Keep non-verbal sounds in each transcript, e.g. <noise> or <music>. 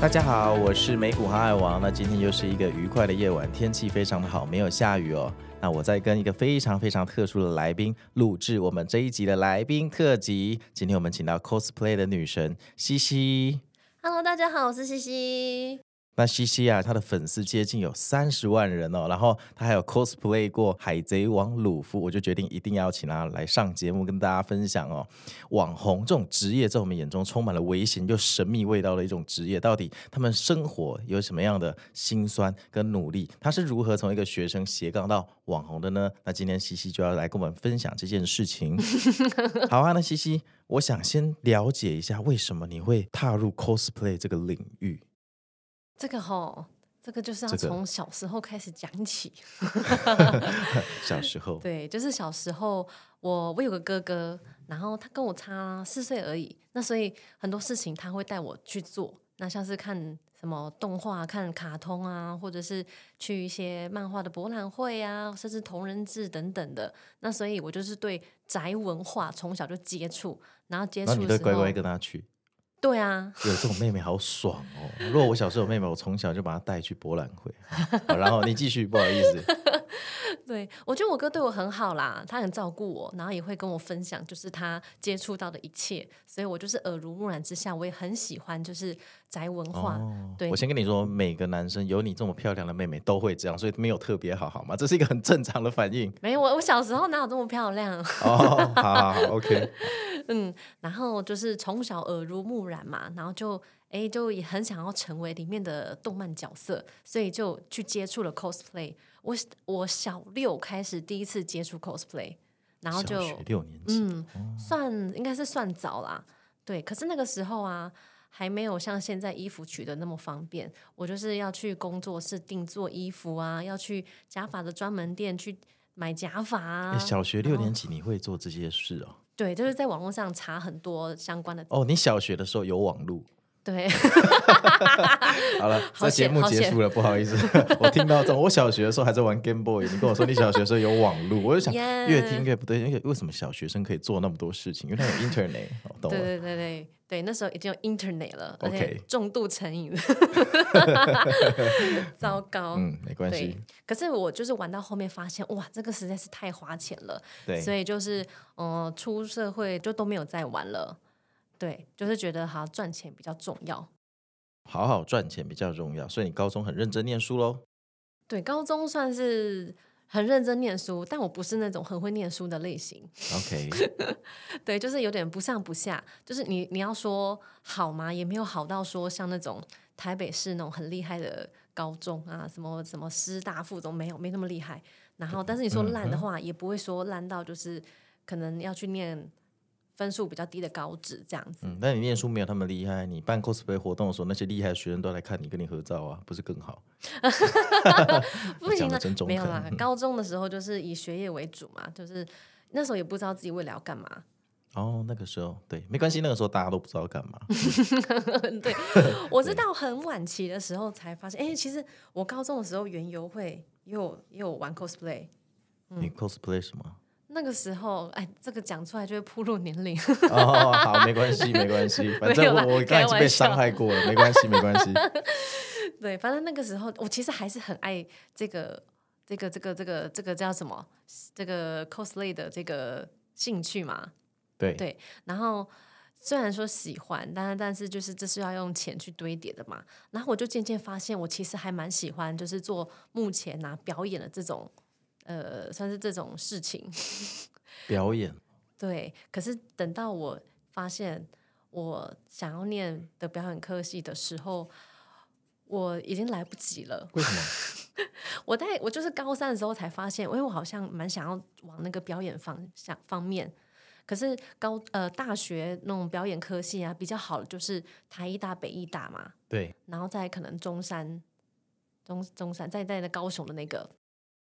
大家好，我是美股航海王。那今天又是一个愉快的夜晚，天气非常的好，没有下雨哦。那我在跟一个非常非常特殊的来宾录制我们这一集的来宾特辑。今天我们请到 cosplay 的女神西西。 Hello，大家好，我是西西。那西西啊，她的粉丝接近有三十万人哦，然后她还有 cosplay 过《海贼王》鲁夫，我就决定一定要请她来上节目跟大家分享哦。网红这种职业，在我们眼中充满了危险又神秘味道的一种职业，到底他们生活有什么样的辛酸跟努力？她是如何从一个学生斜杠到网红的呢？那今天西西就要来跟我们分享这件事情。好啊，那西西，我想先了解一下，为什么你会踏入 cosplay 这个领域？这个吼，这个就是要这个从小时候开始讲起。小时候。对，就是小时候我我有个哥哥，然后他跟我差四岁而已，那所以很多事情他会带我去做，那像是看什么动画、看卡通啊，或者是去一些漫画的博览会啊，甚至同人志等等的。那所以我就是对宅文化从小就接触，然后接然触后你的都时乖乖候，跟他去。对啊，有这种妹妹好爽哦！如果我小时候有妹妹，我从小就把她带去博览会。好，然后你继续，不好意思。对，我觉得我哥对我很好啦，他很照顾我，然后也会跟我分享，就是他接触到的一切，所以我就是耳濡目染之下，我也很喜欢就是宅文化。哦对我先跟你说，每个男生有你这么漂亮的妹妹都会这样，所以没有特别好，好吗？这是一个很正常的反 <laughs> 应。没有，我我小时候哪有这么漂亮？ <laughs> 哦，好好好，OK。 <laughs> 嗯，然后就是从小耳濡目染嘛，然后就哎就也很想要成为里面的动漫角色，所以就去接触了 cosplay。我我小六开始第一次接触 cosplay，然后就小学六年级，嗯，算应该是算早啦。对，可是那个时候啊，还没有像现在衣服取得那么方便。我就是要去工作室定做衣服啊，要去假发的专门店去买假发啊。诶哎小学六年级你会做这些事哦？对，就是在网络上查很多相关的。哦，你小学的时候有网路。对，好了，好这节险目好结险束了，不好意 <laughs> 思，我听到这种，我小学的时候还在玩 Game Boy，你跟我说你小学的时候有网络，我就想 Yeah 越听越不对，因为为什么小学生可以做那么多事情？因为他有 Internet，哦懂对了。对对对对，那时候已经有 Internet 了，而且 OK 重度 <laughs> 成瘾， <laughs> 糟糕。嗯，没关对系，，可是我就是玩到后面发现，哇，这个实在是太花钱了，对，所以就是嗯、呃出社会就都没有再玩了。对，就是觉得好像赚钱比较重要。好好赚钱比较重要，所以你高中很认真念书喽。对，高中算是很认真念书，但我不是那种很会念书的类型。 <laughs> OK，对，就是有点不上不下，就是你你要说好吗？也没有好到说像那种台北市那种很厉害的高中啊，什么什么师大附中没有没那么厉害。然后，但是你说烂的话，也不会说烂到就是可能要去念分数比较低的高职这样子。嗯，但你念书没有他们厉害，你办 cosplay 活动的时候，那些厉害的学生都来看你，跟你合照啊，不是更好？ <laughs> 不行讲得了真，中没有肯嗯啦。高中的时候就是以学业为主嘛，就是那时候也不知道自己未来要干嘛。 <laughs> 哦，那个时候对，没关系，那个时候大家都不知道干嘛。对，我是到很晚期的时候才发现，哎、其实我高中的时候园游会也有也有玩 cosplay。嗯你 cosplay 什么？那个时候，哎，这个讲出来就会铺露年龄。 <laughs> <laughs> 哦，好，没关系，没关系，反没有正啦我我刚才已开经玩被笑伤害过了，没关系，没关 <laughs> 系。对，反正那个时候我其实还是很爱这个这个这个这个这个叫什么？这个 cosplay 的这个兴趣嘛。对，对，然后虽然说喜欢，但但是就是这是要用钱去堆叠的嘛。然后我就渐渐发现，我其实还蛮喜欢，就是做目前拿、表演的这种，呃，算是这种事情。 <laughs> 表演对，可是等到我发现我想要念的表演科系的时候，我已经来不及了。为什么？我在我就是高三的时候才发现，因为我好像蛮想要往那个表演方向方面。可是高呃大学那种表演科系啊，比较好的就是台艺大、北艺大嘛，对，然后再可能中山，中中山，在在的高雄的那个，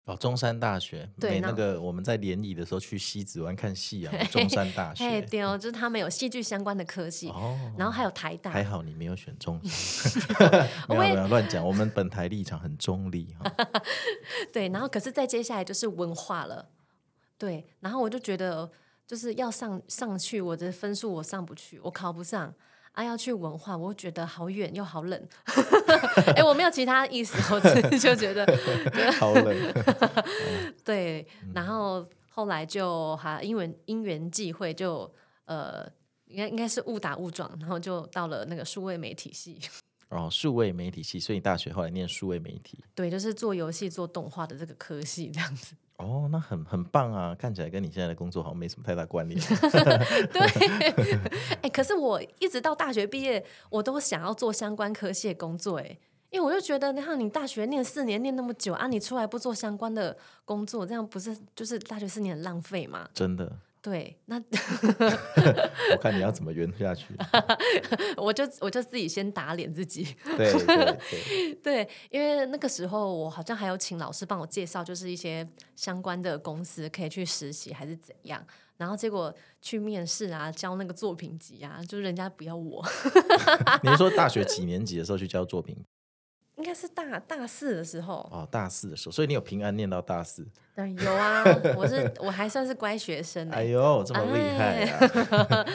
哦，中山大学，对每那那个我们在联谊的时候去西子湾看夕 <laughs> 阳，中山大嘿，学。对哦，就是他们有戏剧相关的科系，哦，然后还有台大，还好你没有选中山， <laughs> 我没有也没有乱讲，我们本台立场很中立 <laughs> 哈。对，然后可是再接下来就是文化了，对，然后我就觉得就是要上上去，我的分数我上不去，我考不上。啊，要去文化，我会觉得好远又好冷。 <laughs> 哎、我没有其他意思，我只是就觉得好冷，对。然后后来就还因缘因缘际会就，呃，应该应该是误打误撞，然后就到了那个数位媒体系。 <laughs> 哦，数位媒体系，所以你大学后来念数位媒体，对，就是做游戏、做动画的这个科系这样子。哦，那很很棒啊，看起来跟你现在的工作好像没什么太大关联。对， <laughs> 哎、可是我一直到大学毕业，我都想要做相关科系的工作、哎，因为我就觉得，你看你大学念四年，念那么久啊，你出来不做相关的工作，这样不是就是大学四年很浪费嘛？真的，对，那 <laughs> 我看你要怎么圆下去。我就我就自己先打脸自己。 <laughs> 对对对，对，因为那个时候我好像还有请老师帮我介绍，就是一些相关的公司可以去实习还是怎样。然后结果去面试啊，交那个作品集啊，就是人家不要我， <laughs> 你是说大学几年级的时候去交作品？应该是大大四的时候。哦，大四的时候，所以你有平安念到大四。嗯，有啊，我是我还算是乖学生、欸，哎呦，这么厉害啊！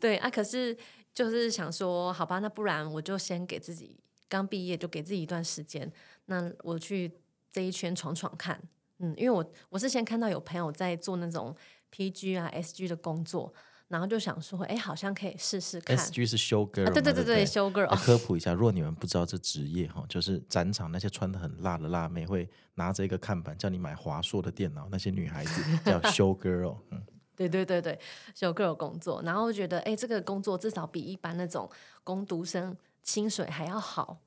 对啊，可是就是想说，好吧，那不然我就先给自己刚毕业就给自己一段时间，那我去这一圈闯闯看。嗯，因为我我是先看到有朋友在做那种 PG 啊 SG 的工作，然后就想说，哎，好像可以试试看。 S G 是修 girl，、啊，对对对对，对，修哦 girl，来科普一下，如果你们不知道这职业哈，就是展场那些穿的很辣的辣妹会拿着一个看板叫你买华硕的电脑，那些女孩子 <laughs> 叫 show girl，嗯，对对对对，修 girl 工作，然后觉得哎，这个工作至少比一般那种工读生薪水还要好。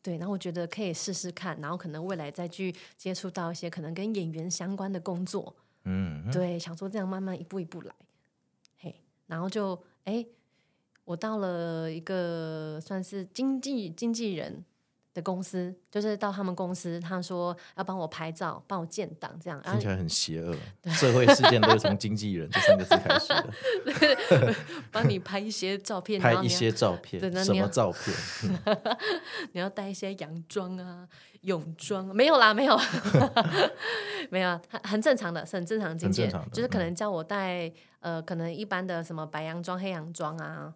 对，然后我觉得可以试试看，然后可能未来再去接触到一些可能跟演员相关的工作，嗯，对，想说这样慢慢一步一步来，嘿，然后就哎、诶我到了一个算是经纪经纪人的公司，就是到他们公司，他说要帮我拍照，帮我建档这样，然听后起来很邪恶，社会事件都是从经纪人这三个字开 <laughs> 始的，啊帮你拍一些照 <laughs> 片，拍然后一你要些照片对那，你什么要照片？ <laughs> 你要带一些洋装啊、泳装啊，没有啦， <laughs> 没有，没有啊，很很正常的，是很正常的经纪人很正常的嗯就是可能叫我带呃，可能一般的什么白洋装、黑洋装啊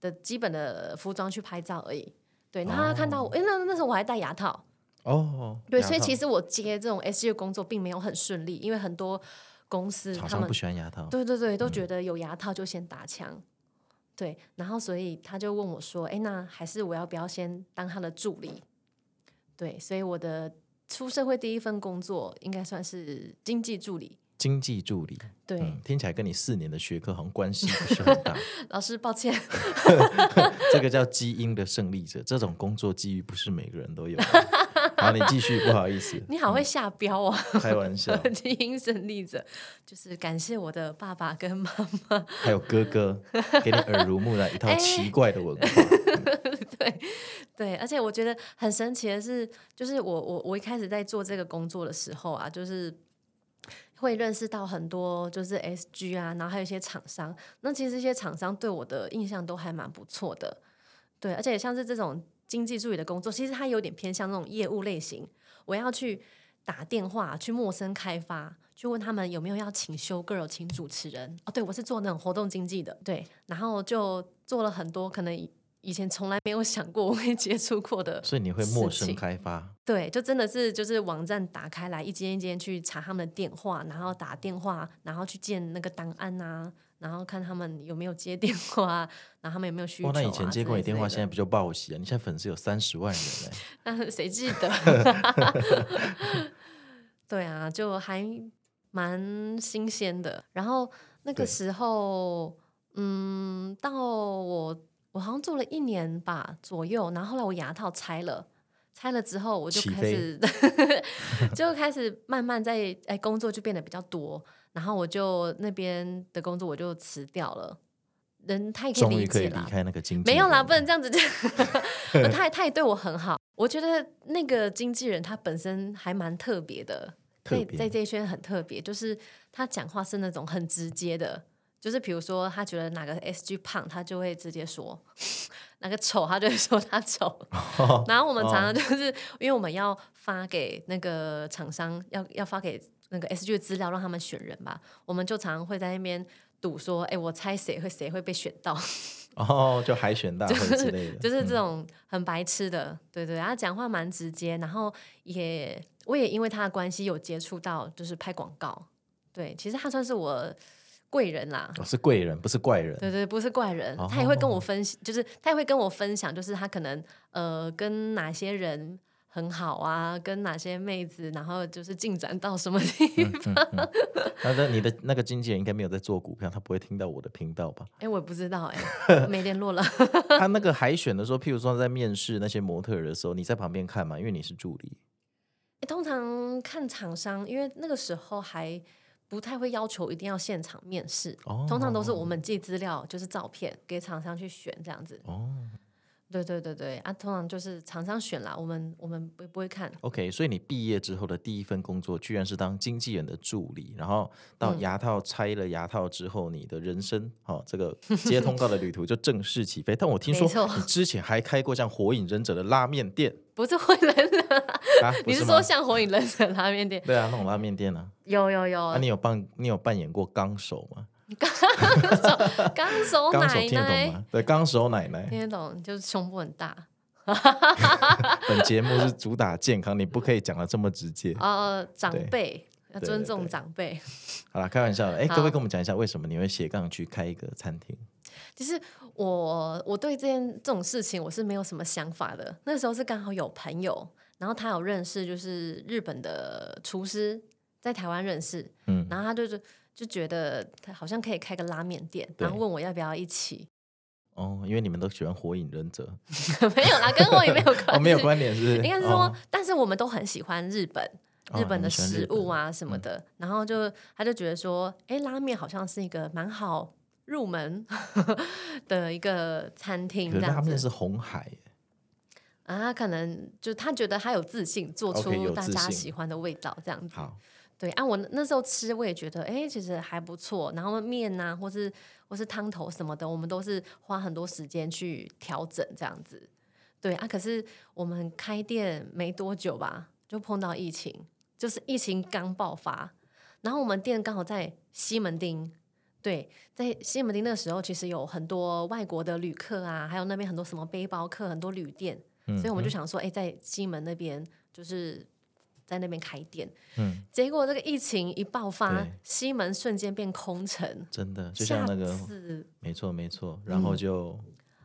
的基本的服装去拍照而已。对，那他看到我，哎、那那时候我还戴牙套，哦，对，所以其实实我接这种 S G 的工作并没有很顺利，因为很多公司厂他商们不喜欢牙套，对对对，都觉得有牙套就先打枪。对，然后所以他就问我说：“哎，那还是我要不要先当他的助理？”对，所以我的出社会第一份工作应该算是经济助理。经济助理，对，嗯，听起来跟你四年的学科好像关系不是 <laughs> 很大。老师，抱歉，这个叫基因的胜利者，这种工作机遇不是每个人都有的。 <laughs> 好，你继续，不好意思，你好会下标哦，开玩 <laughs> 笑。基因胜利者，就是感谢我的爸爸跟妈妈。还有哥哥给你耳濡目染一套奇怪的文化，哎对，而且我觉得很神奇的是，就是我我我一开始在做这个工作的时候啊，就是会认识到很多就是 SG 啊，然后还有一些厂商。那其实这些厂商对我的印象都还蛮不错的，对，而且像是这种经济助理的工作，其实它有点偏向那种业务类型，我要去打电话去陌生开发。去问他们有没有要请修 girl 请主持人哦，对我是做那种活动经济的，对，然后就做了很多可能以以前从来没有想过我会接触过的所以你会陌事生情开发。对，就真的是就是网站打开来，一间一间去查他们的电话，然后打电话，然后去建那个档案啊，然后看他们有没有接电话啊，然后他们有没有需求、哇啊。，哦那以前接过你电话，现在在不就报喜啊？你现在粉丝有三十万人嘞、那谁记得？ <laughs> 对啊，就还蛮新鲜的。然后那个对时候，嗯，到我我好像做了一年吧左右，然后后来我牙套拆了。拆了之后，我就起开飞始 <laughs> 就开始慢慢在哎工作就变得比较多，然后我就那边的工作我就辞掉了，人他也可以终理于可以解离啦，开那个经济。 <laughs> 没有啦，不能这样子，太太对我很好。我觉得那个经纪人他本身还蛮特别的，特在别在这一圈很特别，就是他讲话是那种很直接的，就是比如说他觉得哪个 SG 胖，他就会直接说； <laughs> 哪个丑，他就会说他 <laughs> 丑。然后我们常哦常就是、因为我们要发给那个厂商，要要发给那个 SG 的资料，让他们选人吧，我们就常常会在那边赌说，哎，我猜谁会谁会被选到。哦，就海选大会之类的，嗯就是这种很白痴的，对对，他讲话蛮直接，然后也我也因为他的关系有接触到，就是拍广告，对，其实他算是我贵人啦，哦、是贵人，不是怪人。对对，不是怪人，哦他也会跟我分析，就是他也会跟我分享，就是他可能呃跟哪些人很好啊，跟哪些妹子，然后就是进展到什么地步，嗯 <laughs> 那那你的那个经纪人应该没有在做股票，他不会听到我的频道吧？哎、我也不知道哎、 <laughs> 没联络了， <laughs> 他那个海选的时候，譬如说在面试那些模特儿的时候，你在旁边看嘛，因为你是助理。欸通常看厂商，因为那个时候还不太会要求一定要现场面试，哦通常都是我们寄资料，就是照片给厂商去选这样子。哦对对对对，啊，通常就是厂商选啦，我们我们不不会看。 ，OK，所以你毕业之后的第一份工作居然是当经纪人的助理，然后到嗯牙套拆了牙套之后，你的人生哦，这个接通告的旅途就正式起飞。但我听说没错你之前还开过像火影忍者的拉面店不是火影忍者，啊？不 <laughs> 你是是说吗像火影忍者拉面店？对啊，那种拉面店啊，有有有啊，，你有扮你有扮演过纲手吗？纲手纲手奶听得懂奶吗？对，纲手奶 <laughs> 奶。听得懂，就是胸部很大。本节目是主打健康，你不可以讲的这么直接。呃，长对辈要对尊对重对长辈。好啦，开玩笑的。哎，好各位跟我们讲一下，为什么你会斜杠去开一个餐厅？其实我我对这件这种事情我是没有什么想法的。那时候是刚好有朋友，然后他有认识就是日本的厨师，在台湾认识，嗯然后他就是就觉得他好像可以开个拉面店，对然后问我要不要一起。 <laughs> 哦，因为你们都喜欢《火影忍者没有啦，跟我也没有关系，哦，没有关联是不是？应该是说，哦但是我们都很喜欢日本。哦日本你的们喜欢日食本嗯物啊什么的，然后就他就觉得说，哎，拉面好像是一个蛮好入门 <laughs> 的一个餐厅，可这是样拉子。面是红海耶，啊，他可能就他觉得他有自信，做 OK，有出大自家信喜欢的味道这样子。好，对啊，我那那时候吃我也觉得，哎，其实还不错。然后面呐、或是或是汤头什么的，我们都是花很多时间去调整这样子。对啊，可是我们开店没多久吧，就碰到疫情，就是疫情刚爆发，然后我们店刚好在西门町。对，在西门町那时候，其实有很多外国的旅客啊，还有那边很多什么背包客，很多旅店，所以我们就想说，哎、在西门那边就是在那边开店。嗯，结果这个疫情一爆发对，西门瞬间变空城，真的就吓像那个，死，没错没错，然后就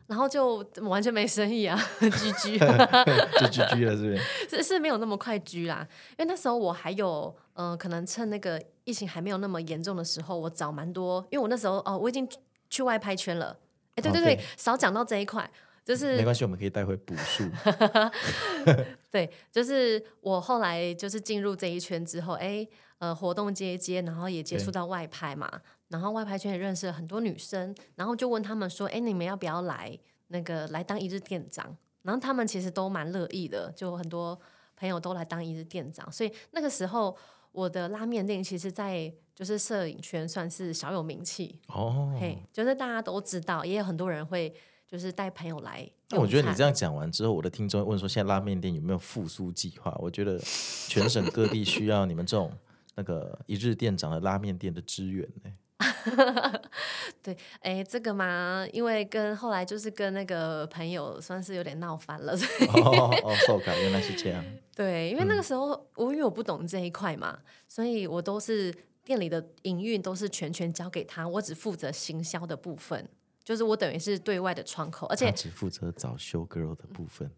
然后就完全没生意啊， <laughs> 居 <laughs> 居就 GG 了，是不是？嗯是是没有那么快居啦，因为那时候我还有呃，可能趁那个疫情还没有那么严重的时候，我找蛮多，因为我那时候哦，我已经去外拍圈了，哎，对对对 OK 少讲到这一块，就是没关系，我们可以带回补数。对，就是我后来就是进入这一圈之后，哎，呃，活动接一接，然后也接触对到外拍嘛，然后外拍圈也认识了很多女生，然后就问他们说，哎，你们要不要来那个来当一日店长？然后他们其实都蛮乐意的，就很多朋友都来当一日店长，所以那个时候我的拉面店其实，在就是摄影圈算是小有名气，哦，嘿，就是大家都知道，也有很多人会就是带朋友来用餐。那我觉得你这样讲完之后，我的听众会问说，现在拉面店有没有复苏计划？我觉得全省各地需要你们这种那个一日店长的拉面店的支援呢、哎，这个嘛，因为跟后来就是跟那个朋友算是有点闹翻了， <laughs> 所以哦哦，受感原来是这样。对，因为那嗯个时候、我因为我不懂这一块嘛，所以我都是店里的营运都是全权交给他，我只负责行销的部分，就是我等于是对外的窗口，他而且只负责找修 girl 的部分。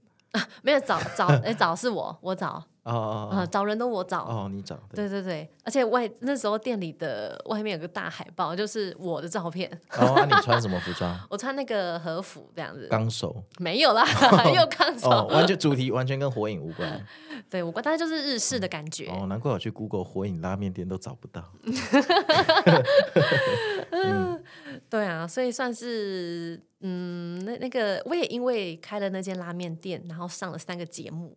没有找 <laughs> 找哎找是我我找哦哦啊、哦找人都我找，哦，你找的。对对对，而且外那时候店里的外面有个大海报，就是我的照片，哦，那你穿什么服装？ <laughs> 我穿那个和服这样子，纲手没有啦， <laughs> 又看手。哦，完全主题完全跟火影无关对，我但是就是日式的感觉，哦，难怪我去 Google 火影拉面店都找不到。对啊，所以算是嗯，那那个我也因为开了那间拉面店，然后上了三个节目，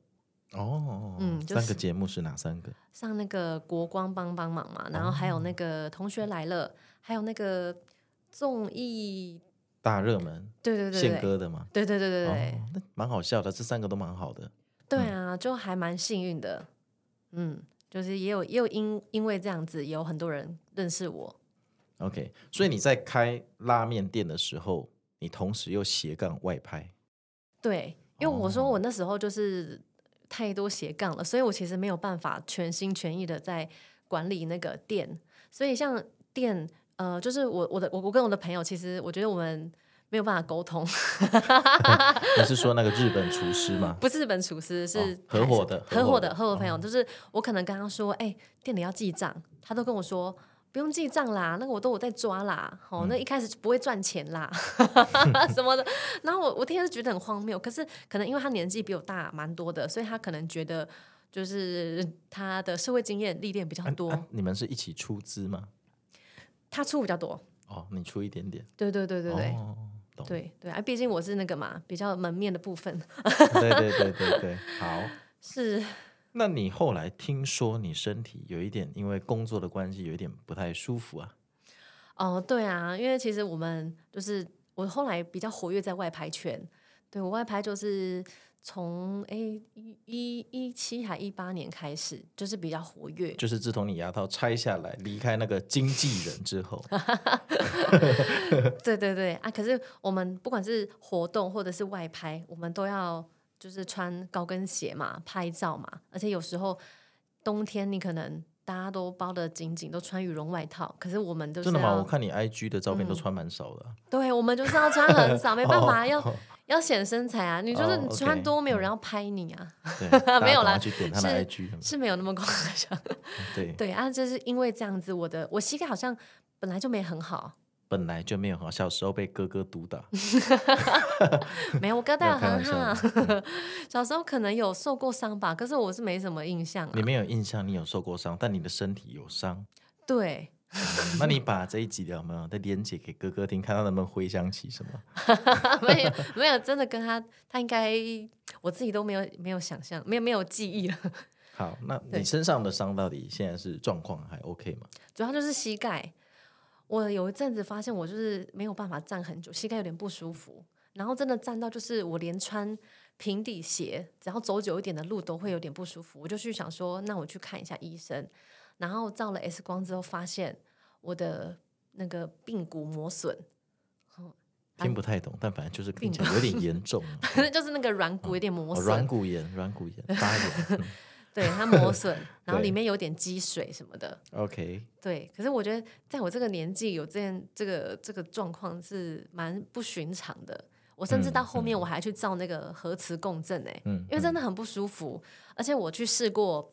哦，嗯就三是个节目是哪三个？上那个国光帮帮忙嘛，然后还有哦那个同学来了，还有那个综艺，大热门，对对对宪对，歌的吗？对对对对对，哦，嗯那蛮好笑的，这三个都蛮好的。对啊，就还蛮幸运的，嗯，就是也有也有因因为这样子，有很多人认识我， OK，所以你在开拉面店的时候，你同时又斜杠外拍，对，因为我说哦我那时候就是太多斜杠了，所以我其实没有办法全心全意的在管理那个店，所以像店，呃，就是我我的我我跟我的朋友，其实我觉得我们没有办法沟通， <laughs> 你是说那个日本厨师吗？不是日本厨师， <laughs> 是、哦合伙的合合伙伙的哦的合伙朋友，就是我可能跟他说，哎、店里要记账，他都跟我说。不用记账啦，那个我都我在抓啦，哦，那一开始就不会赚钱啦， <laughs> 什么的。然后我我天天觉得很荒谬，可是可能因为他年纪比我大蛮多的，所以他可能觉得就是他的社会经验历练比较啊多，啊你们是一起出资吗？他出比较多。哦，你出一点点，对对对对对、哦，懂，对对对，哎、毕竟我是那个嘛，比较门面的部分对对对对，好。是。那你后来听说你身体有一点因为工作的关系有一点不太舒服啊？哦，对啊，因为其实我们就是我后来比较活跃在外拍圈，对我外拍就是从诶一一一七还一八年开始，就是比较活跃，就是自从你牙套拆下来离开那个经纪人之后，对对对啊！可是我们不管是活动或者是外拍，我们都要就是穿高跟鞋嘛，拍照嘛。而且有时候冬天你可能大家都包得紧紧，都穿羽绒外套，可是我们就是真的吗？我要，看你 IG 的照片都穿蛮少的啊、对我们就是要穿 <laughs> 很少，嗯没办法，哦要 <laughs> 要显身材啊！你就哦是，OK 穿多，没有人要拍你啊，对，大家没赶有快啦去点他的是 IG，是没有那么夸张。 <laughs> 对，对啊，就是因为这样子，我的我膝盖好像本来就没很好，本来就没有很好，小时候被哥哥毒打，没有我没有疙瘩开玩很笑好的。。小时候可能有受过伤吧，可是我是没什么印象啊你。没有印象，你有受过伤，但你的身体有伤。对， <laughs> 那你把这一集的有没有再连接给哥哥听，看他能不能回想起什么？没有没有，真的跟他，他应该我自己都没有没有想象，没有没有记忆了。好，那对你身上的伤到底现在是状况还 OK 吗？主要就是膝盖，我有一阵子发现我就是没有办法站很久，膝盖有点不舒服，然后真的站到就是我连穿平底鞋，只要走久一点的路都会有点不舒服，我就去想说，那我去看一下医生，然后照了 X 光之后发现我的那个髌骨磨损， <laughs> 啊听不太懂，但反正就是听起来有点严重啊， <laughs> 可能就是那个软骨有点磨哦损，软骨炎、软骨炎、发 <laughs> 炎。嗯对它磨 <laughs> 损，然后对里面有点积水什么的。 OK，对，可是我觉得在我这个年纪有这样这个这个状况是蛮不寻常的。我甚至到后面我还去照那个核磁共振哎、嗯因为真的很不舒服，而且我去试过，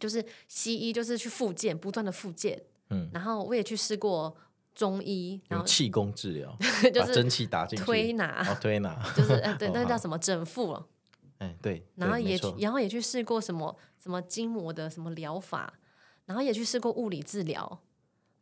就是西医就是去复健，不断的复健，嗯然后我也去试过中医，然用后气功治疗，就把是蒸汽打进去，推拿， <laughs> 哦推拿，就是哎、对，哦那个好叫什么整复哦，哎对，然后对没也去错然后也去试过什么什么筋膜的什么疗法，然后也去试过物理治疗，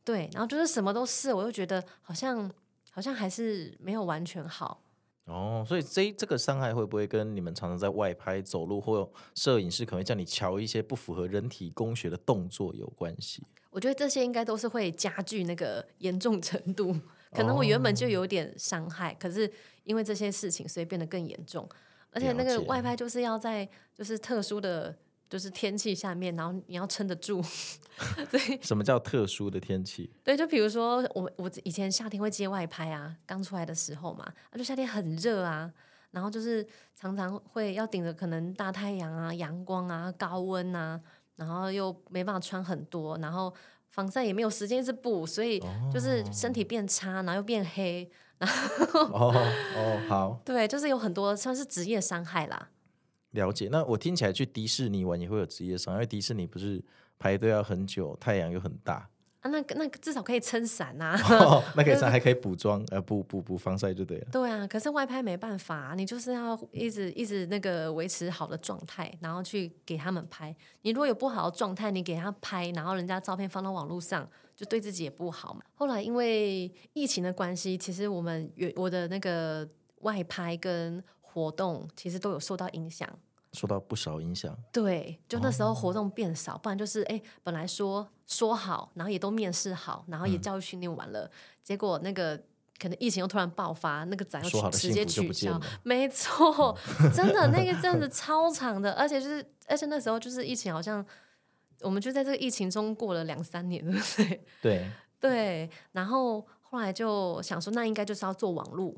对，然后就是什么都试，我就觉得好像好像还是没有完全好。哦，所以这这个伤害会不会跟你们常常在外拍、走路或摄影师可能会叫你瞧一些不符合人体工学的动作有关 <laughs> 系？我觉得这些应该都是会加剧那个 <laughs> 严重程度。可能我原本就哦有点伤害，可是因为这些事情，所以变得更严重。而且那了个解外拍就是要在就是特殊的就是天气下面，然后你要撑得住，所以什么叫特殊的天气？对，就比如说我我以前夏天会接外拍啊，刚出来的时候嘛，啊就夏天很热啊，然后就是常常会要顶着可能大太阳啊、阳光啊、高温啊，然后又没办法穿很多，然后防晒也没有时间一直补，所以就是身体变差，然后又变黑，哦哦，好对，就是有很多像是职业伤害啦。了解。那我听 <laughs> 起来去迪士尼玩也会有职业伤，因为迪士尼不是排队要很久，太阳又很大。啊，那个那个至少可以撑伞啊呐、哦，那可以上还可以补妆，呃，补补补防晒就对了。对啊，可是外拍没办法、啊你就是要一直一直那个维持好的状态，然后去给他们拍。你如果有不好的状态，你给他拍，然后人家照片放到网络上，就对自己也不好嘛。后来因为疫情的关系，其实我们原我的那个外拍跟活动其实都有受到影响。受到不少影响，对，就那哦时候活动变少，不然就是哎，本来说说好，然后也都面试好，然后嗯也教育训练完了，结果那个可能疫情又突然爆发，那个展说好又的取幸直接福就取不见消了。没错，真的那个 <laughs> 阵子超长的，而且就是而且那时候就是疫情，好像我们就在这个疫情中过了两三年，对不对？对，对，然后后来就想说，那应该就是要做网路。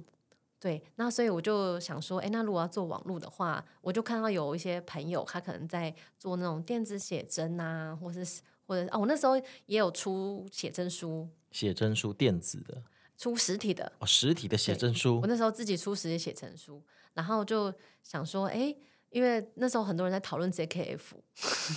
对，那所以我就想说，哎，那如果要做网路的话，我就看到有一些朋友，他可能在做那种电子写真啊，或是或者哦，我那时候也有出写真书，写真书电子的出实体的，哦，实体的写对真书我，那时候自己出实体写真书，然后就想说，哎，因为那时候很多人在讨论 JKF，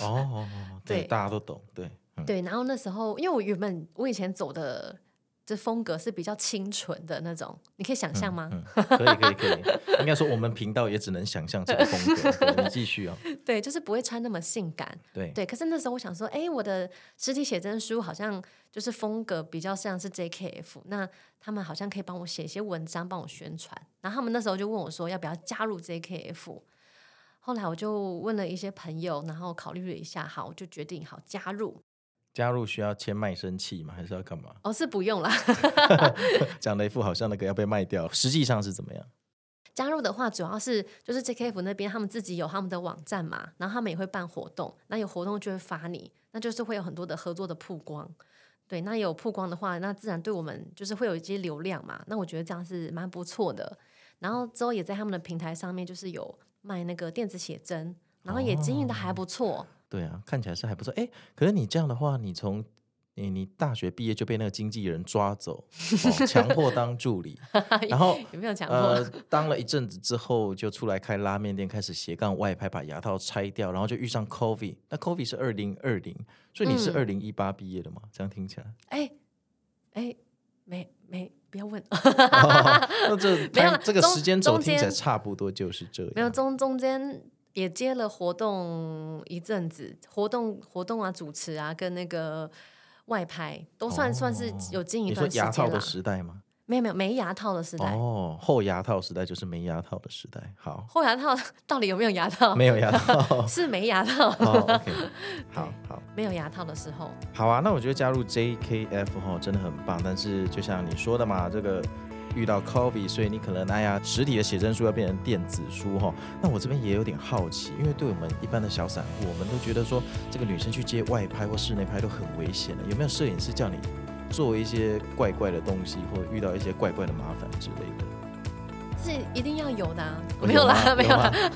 哦哦，哦对，对大家都懂，对，嗯对，然后那时候，因为我原本我以前走的这风格是比较清纯的那种，你可以想象吗？嗯，可以可以可以，应该说我们频道也只能想象这个风格。对你继续哦，对，就是不会穿那么性感。对，对，可是那时候我想说，哎，我的实体写真书好像就是风格比较像是 JKF，那他们好像可以帮我写一些文章，帮我宣传。然后他们那时候就问我说，要不要加入 JKF？后来我就问了一些朋友，然后考虑了一下，好，我就决定好加入。加入需要签卖身契吗？还是要干嘛？哦，是不用啦，讲了一副好像那个要被卖掉，实际上是怎么样？加入的话，主要是就是 JKF 那边他们自己有他们的网站嘛，然后他们也会办活动，那有活动就会发你，那就是会有很多的合作的曝光。对，那有曝光的话，那自然对我们就是会有一些流量嘛。那我觉得这样是蛮不错的。然后之后也在他们的平台上面，就是有卖那个电子写真，然后也经营的还不错。对啊，看起来是还不错。哎，可是你这样的话，你从你你大学毕业就被那个经纪人抓走，哦、强迫当助理，然后 <laughs> 有没有哎强迫？哦呃，当了一阵子之后，就出来开拉面店，开始斜杠外拍，把牙套拆掉，然后就遇上 COVID。那 COVID 是二零二零，所以你是二嗯零一八毕业的吗？这样听起 <laughs> 来， <laughs> 哎哎，没没，不要问。那这 <laughs> 没有它这个中时间轴中听间起来差不多就是这样。没有中中间也接了活动一阵子，活动活动啊，主持啊，跟那个外拍都算、哦算是有经营一你说段时牙套间的啦。时代吗？没有没有没牙套的时代，哦，后牙套时代就是没牙套的时代。好，后牙套 <laughs> 到底有没有牙套？没有哦牙 <laughs>。套是没牙套，好、o k 好好没有牙套的时候，好啊，那我觉得加入 JKF 哈、真的很棒，但是就像你说的嘛，这个。遇到 COVID，所以你可能哎呀，实体的写真书要变成电子书哈、那我这边也有点好奇，因为对我们一般的小散户，我们都觉得说这个女生去接外拍或室内拍都很危险的，有没有摄影师叫你做一些怪怪的东西，或遇到一些怪怪的麻烦之类的？是一定要有的、啊。没有啦，吗没有吗啦，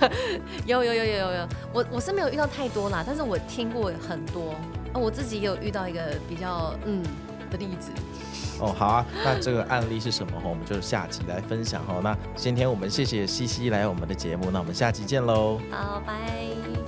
有 <laughs> 有有有有有，我我是没有遇到太多啦，但是我听过很多，啊我自己也有遇到一个比较嗯的例子。哦，好啊，那这个案例是什么？哈，我们就下集来分享哈。那今天我们谢谢西西来我们的节目，那我们下集见喽。好，拜。